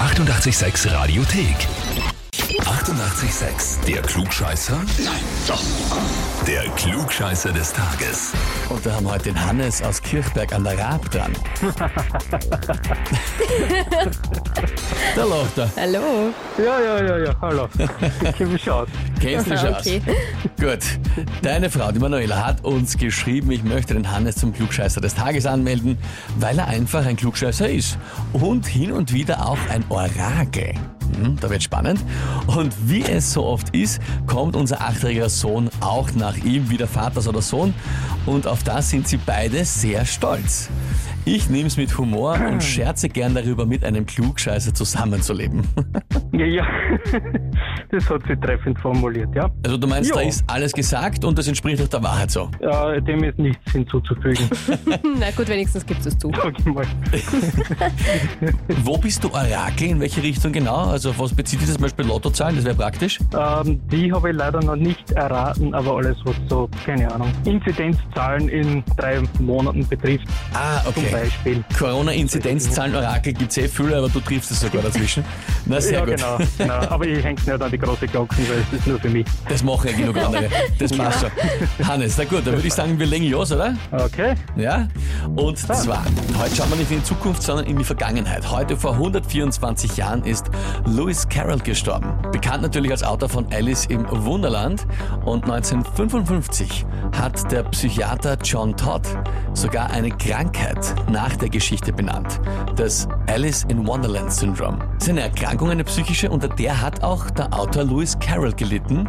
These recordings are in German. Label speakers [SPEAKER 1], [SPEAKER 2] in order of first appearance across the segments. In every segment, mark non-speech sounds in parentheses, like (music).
[SPEAKER 1] 886 Radiothek. 88,6. Der Klugscheißer? Nein, doch. Der Klugscheißer des Tages.
[SPEAKER 2] Und da haben wir heute den Hannes aus Kirchberg an der Raab
[SPEAKER 3] (laughs)
[SPEAKER 2] dran. da lacht er.
[SPEAKER 3] Hallo.
[SPEAKER 4] Ja, ja, ja, ja,
[SPEAKER 2] (laughs)
[SPEAKER 4] hallo. Ich kenne mich aus.
[SPEAKER 2] Kennst du schon
[SPEAKER 3] (laughs) Okay.
[SPEAKER 2] aus? Gut. Deine Frau, die Manuela, hat uns geschrieben, ich möchte den Hannes zum Klugscheißer des Tages anmelden, weil er einfach ein Klugscheißer ist. Und hin und wieder auch ein Orakel. Hm, Da wird spannend. Und wie es so oft ist, kommt unser achtjähriger Sohn auch nach ihm, wie der Vater so der Sohn. Und auf das sind sie beide sehr stolz. Ich nehme es mit Humor und scherze gern darüber, mit einem Klugscheißer zusammenzuleben. (laughs)
[SPEAKER 4] Ja, ja. (laughs) Das hat sie treffend formuliert, ja.
[SPEAKER 2] Also du meinst, da
[SPEAKER 4] Ja.
[SPEAKER 2] ist alles gesagt und das entspricht auch der Wahrheit so.
[SPEAKER 4] ja. Äh, Dem ist nichts hinzuzufügen, (laughs)
[SPEAKER 3] Na gut, wenigstens gibt es zu.
[SPEAKER 4] sag ich mal.
[SPEAKER 2] Wo bist du Orakel? In welche Richtung genau? Also auf was bezieht sich das zum Beispiel Lottozahlen? Das wäre praktisch.
[SPEAKER 4] Ähm, die habe ich leider noch nicht erraten, aber alles, was so, keine Ahnung, Inzidenzzahlen in drei Monaten betrifft,
[SPEAKER 2] Ah,
[SPEAKER 4] zum
[SPEAKER 2] okay.
[SPEAKER 4] Beispiel.
[SPEAKER 2] Corona-Inzidenzzahlen, Orakel gibt's eh viele, aber du triffst es sogar dazwischen. Na sehr
[SPEAKER 4] ja,
[SPEAKER 2] gut.
[SPEAKER 4] genau, genau.
[SPEAKER 2] (laughs)
[SPEAKER 4] Aber ich hänge nicht an die große Glocke, weil es ist nur für mich.
[SPEAKER 2] Das machen ja genug andere.
[SPEAKER 4] (laughs)
[SPEAKER 2] Das
[SPEAKER 4] Genau.
[SPEAKER 2] machst du. Hannes, na gut, dann würde ich sagen, wir legen los, oder?
[SPEAKER 4] Okay.
[SPEAKER 2] Ja? Und zwar, heute schauen wir nicht in die Zukunft, sondern in die Vergangenheit. Heute vor 124 Jahren ist Lewis Carroll gestorben. Bekannt natürlich als Autor von Alice im Wunderland. Und 1955 hat der Psychiater John Todd sogar eine Krankheit nach der Geschichte benannt. Das Alice in Wonderland Syndrome. Das ist eine Erkrankung, eine psychische, unter der hat auch der Autor Lewis Carroll gelitten.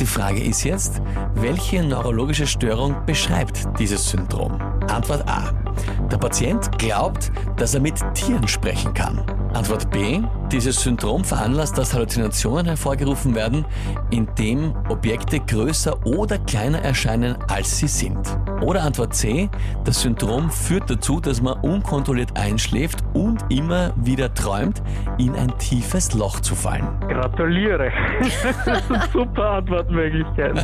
[SPEAKER 2] Die Frage ist jetzt, welche neurologische Störung beschreibt dieses Syndrom? Antwort A. Der Patient glaubt, dass er mit Tieren sprechen kann. Antwort B. Dieses Syndrom veranlasst, dass Halluzinationen hervorgerufen werden, indem Objekte größer oder kleiner erscheinen, als sie sind. Oder Antwort C. Das Syndrom führt dazu, dass man unkontrolliert einschläft und immer wieder träumt, in ein tiefes Loch zu fallen.
[SPEAKER 4] Gratuliere. (laughs) Das sind super Antwortmöglichkeiten.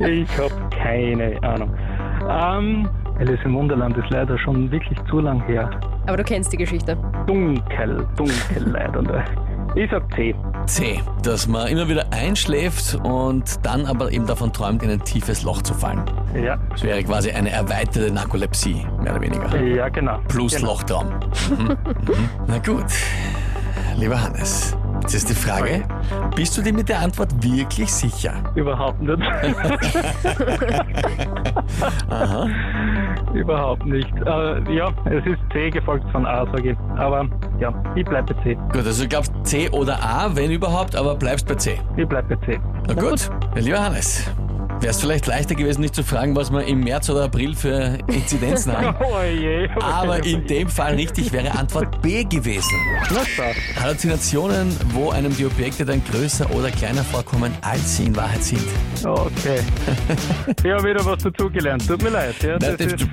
[SPEAKER 4] Ich habe keine Ahnung. Ähm, Alice im Wunderland ist leider schon wirklich zu lang her.
[SPEAKER 3] Aber du kennst die Geschichte.
[SPEAKER 4] Dunkel, dunkel leider. ne? Ich sag C.
[SPEAKER 2] C. Dass man immer wieder einschläft und dann aber eben davon träumt, in ein tiefes Loch zu fallen.
[SPEAKER 4] Ja,
[SPEAKER 2] Das wäre quasi eine erweiterte Narkolepsie, mehr oder weniger.
[SPEAKER 4] ja genau.
[SPEAKER 2] Plus
[SPEAKER 4] genau.
[SPEAKER 2] Lochtraum. Mhm, mhm. Na gut, lieber Hannes, jetzt ist die Frage, bist du dir mit der Antwort wirklich sicher?
[SPEAKER 4] Überhaupt nicht.
[SPEAKER 2] (laughs) Aha.
[SPEAKER 4] Überhaupt nicht. Äh, ja, es ist C gefolgt von A, sage ich. Aber ja, ich bleibe bei C.
[SPEAKER 2] Gut, also du glaubst C oder A, wenn überhaupt, aber bleibst bei C.
[SPEAKER 4] Ich bleibe bei C.
[SPEAKER 2] Na gut, Ja, lieber Hannes, wäre es vielleicht leichter gewesen, nicht zu fragen, was wir im März oder April für Inzidenzen (laughs) haben.
[SPEAKER 4] (laughs) Oh je.
[SPEAKER 2] Aber in dem Fall richtig wäre Antwort B gewesen.
[SPEAKER 4] Na, so.
[SPEAKER 2] Halluzinationen, wo einem die Objekte dann größer oder kleiner vorkommen, als sie in Wahrheit sind.
[SPEAKER 4] Okay. Ich habe wieder was dazugelernt. Tut mir leid. Ja, das,
[SPEAKER 2] Nein, das-
[SPEAKER 4] ist,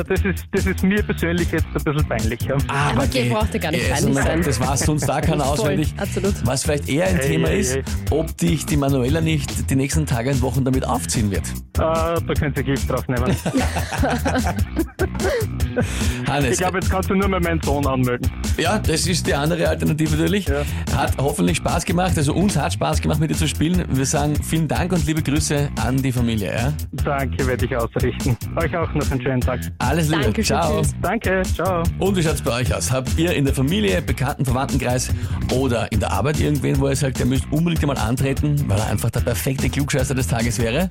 [SPEAKER 4] äh, das, ist, das ist mir persönlich jetzt ein bisschen peinlich. Ja.
[SPEAKER 2] Aber
[SPEAKER 3] Ah, okay,
[SPEAKER 2] die-
[SPEAKER 3] braucht ja gar nicht
[SPEAKER 2] also
[SPEAKER 3] peinlich
[SPEAKER 2] man-
[SPEAKER 3] sein.
[SPEAKER 2] Das war sonst
[SPEAKER 3] (laughs)
[SPEAKER 2] da keiner
[SPEAKER 3] Voll,
[SPEAKER 2] auswendig.
[SPEAKER 3] absolut.
[SPEAKER 2] Was vielleicht eher ein
[SPEAKER 4] Ey,
[SPEAKER 2] Thema
[SPEAKER 4] ey,
[SPEAKER 2] ist,
[SPEAKER 4] ey.
[SPEAKER 2] ob dich die Manuela nicht die nächsten Tage und Wochen damit aufziehen wird. Ah.
[SPEAKER 4] Äh, da könnt ihr Gift drauf nehmen. Ich
[SPEAKER 2] Hannes,
[SPEAKER 4] glaube, jetzt kannst du nur mehr meinen Sohn anmelden.
[SPEAKER 2] ja, das ist die andere Alternative natürlich.
[SPEAKER 4] Ja.
[SPEAKER 2] Hat hoffentlich Spaß gemacht. Also uns hat Spaß gemacht, mit dir zu spielen. Wir sagen vielen Dank und liebe Grüße an die Familie. Ja?
[SPEAKER 4] Danke, werde ich ausrichten. Euch auch noch einen schönen Tag.
[SPEAKER 2] Alles Liebe.
[SPEAKER 3] Dankeschön,
[SPEAKER 2] Ciao.
[SPEAKER 3] tschüss.
[SPEAKER 4] Danke, ciao.
[SPEAKER 2] Und wie schaut's bei euch aus? Habt ihr in der Familie, Bekannten, Verwandtenkreis oder in der Arbeit irgendwen, wo ihr sagt, ihr müsst unbedingt einmal antreten, weil er einfach der perfekte Klugscheißer des Tages wäre?